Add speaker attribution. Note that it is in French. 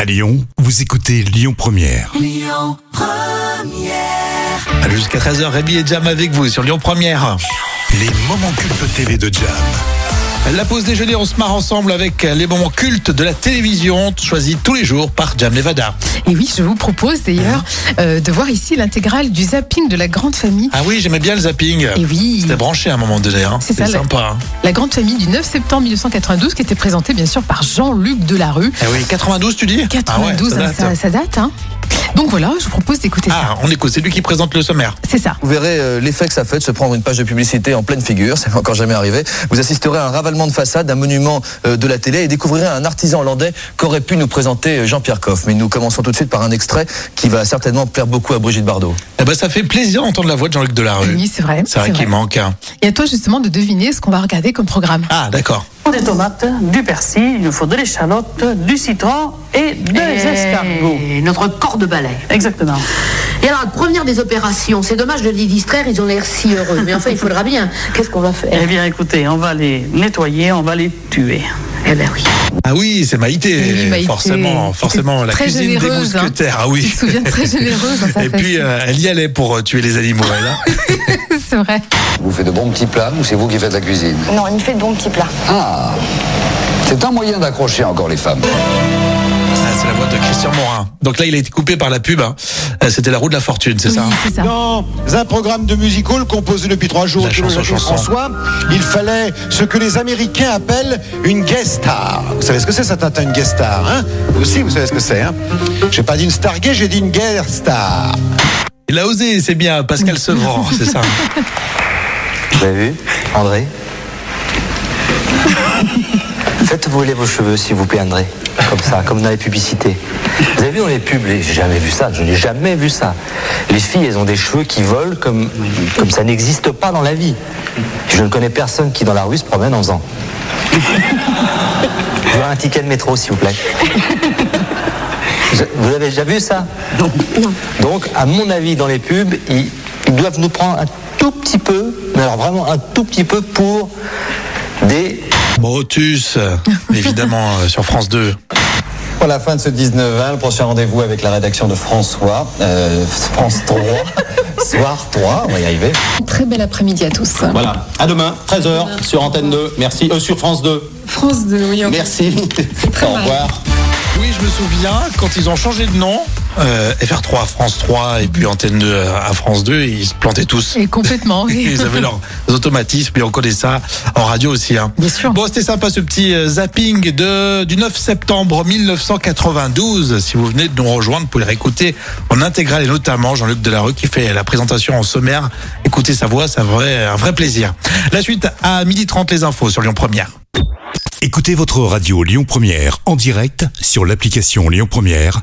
Speaker 1: À Lyon, vous écoutez Lyon Première.
Speaker 2: Jusqu'à 13h, Rémi et Jam avec vous sur Lyon Première.
Speaker 1: Les moments cultes TV de Jam.
Speaker 2: La pause déjeuner, on se marre ensemble avec les moments cultes de la télévision choisis tous les jours par Jam Nevada.
Speaker 3: Et oui, je vous propose d'ailleurs euh, de voir ici l'intégrale du zapping de la grande famille.
Speaker 2: Ah oui, j'aimais bien le zapping.
Speaker 3: Et oui,
Speaker 2: C'était branché à un moment donné. Hein.
Speaker 3: C'est ça, le-
Speaker 2: sympa. hein.
Speaker 3: la grande famille du 9 septembre 1992 qui était présentée bien sûr par Jean-Luc Delarue.
Speaker 2: Ah oui, 92 tu dis
Speaker 3: 92,
Speaker 2: ah
Speaker 3: hein,
Speaker 2: ouais,
Speaker 3: ça,
Speaker 2: date.
Speaker 3: ça date. hein. Donc voilà, je vous propose d'écouter ça.
Speaker 2: Ah, on écoute, c'est lui qui présente le sommaire.
Speaker 3: C'est ça.
Speaker 4: Vous verrez euh, l'effet que ça fait de se prendre une page de publicité en pleine figure, ça m'est encore jamais arrivé. Vous assisterez à un ravalement de façade, un monument euh, de la télé et découvrirez un artisan hollandais qu'aurait pu nous présenter euh, Jean-Pierre Coff. Mais nous commençons tout de suite par un extrait qui va certainement plaire beaucoup à Brigitte Bardot.
Speaker 2: Eh ben, ça fait plaisir d'entendre la voix de Jean-Luc Delarue.
Speaker 3: Oui, c'est vrai.
Speaker 2: c'est vrai
Speaker 3: c'est
Speaker 2: qu'il
Speaker 3: vrai.
Speaker 2: manque. hein.
Speaker 3: Et à toi justement de deviner ce qu'on va regarder comme programme.
Speaker 2: Ah, d'accord.
Speaker 5: des tomates, du persil, il nous faut de l'échalote, du citron et des escargots.
Speaker 6: Et Eh, notre corps de balai.
Speaker 5: Exactement.
Speaker 6: Et alors, la première des opérations, c'est dommage de les distraire, ils ont l'air si heureux. Mais enfin, il faudra bien. Qu'est-ce qu'on va faire
Speaker 5: Eh bien, écoutez, on va les nettoyer, on va les tuer.
Speaker 6: Eh ben oui.
Speaker 2: Ah oui, c'est Maïté,
Speaker 3: Et oui, Maïté,
Speaker 2: forcément,
Speaker 3: qui
Speaker 2: forcément,
Speaker 3: était
Speaker 2: la
Speaker 3: très
Speaker 2: cuisine
Speaker 3: généreuse,
Speaker 2: des
Speaker 3: hein.
Speaker 2: mousquetaires. Ah oui.
Speaker 3: Tu te souviens, très généreuse dans sa
Speaker 2: Et puis,
Speaker 3: façon.
Speaker 2: euh, elle y allait pour euh, tuer les animaux. Elle, hein.
Speaker 3: c'est vrai.
Speaker 7: Vous faites de bons petits plats ou c'est vous qui faites la cuisine
Speaker 8: Non, il me fait de bons petits plats.
Speaker 7: Ah C'est un moyen d'accrocher encore les femmes.
Speaker 2: Ah, c'est la voix de Christian Morin. Donc là, il a été coupé par la pub. hein. Euh, C'était la roue de la fortune, c'est ça
Speaker 3: Oui,
Speaker 2: hein
Speaker 3: c'est ça.
Speaker 9: Dans un programme de music hall composé depuis trois jours
Speaker 2: La
Speaker 9: de
Speaker 2: chanson,
Speaker 9: Jean-Claude
Speaker 2: chanson.
Speaker 9: François, il fallait ce que les Américains appellent une guest star. Vous savez ce que c'est, ça, Tintin, une guest star hein Vous aussi, vous savez ce que c'est. Hein j'ai pas dit une stargay, j'ai dit une guest star.
Speaker 2: Il a osé, c'est bien. Pascal Sevran, c'est ça. hein.
Speaker 10: Vous avez vu André Faites voler vos cheveux, s'il vous plaît, André. Comme ça, comme dans les publicités. Vous avez vu dans les pubs, les- j'ai jamais vu ça, je n'ai jamais vu ça. Les filles, elles ont des cheveux qui volent comme, comme ça n'existe pas dans la vie. Je ne connais personne qui, dans la rue, se promène en faisant. Je veux un ticket de métro, s'il vous plaît. Je- Vous avez déjà vu ça Non. Donc, à mon avis, dans les pubs, ils, ils doivent nous prendre un tout petit peu, mais alors vraiment un tout petit peu pour des
Speaker 2: Brutus, euh, évidemment, euh, sur France 2.
Speaker 4: Pour la fin de ce 19-20, le prochain rendez-vous avec la rédaction de François, euh, France 3, Soir 3, on va y arriver.
Speaker 8: Très bel après-midi à tous.
Speaker 10: Voilà, à demain, 13h, sur Antenne 2. Merci, euh, sur France 2.
Speaker 8: France 2, oui, on-
Speaker 10: Merci. Au revoir.
Speaker 2: Oui, je me souviens, quand ils ont changé de nom, euh, FR3 à France 3 et puis Antenne 2 à France 2, ils se plantaient tous.
Speaker 3: Et complètement. oui.
Speaker 2: Ils avaient leurs automatismes, et on connaît ça en radio aussi. hein.
Speaker 3: Bien sûr.
Speaker 2: Bon, c'était sympa ce petit euh, zapping de, du 9 septembre 1992. Si vous venez de nous rejoindre, vous pouvez le réécouter en intégrale et notamment Jean-Luc Delarue qui fait la présentation en sommaire. Écoutez sa voix, c'est un vrai, un vrai plaisir. La suite à 12h30, les infos sur Lyon Première.
Speaker 1: Écoutez votre radio Lyon Première en direct sur l'application Lyon Première,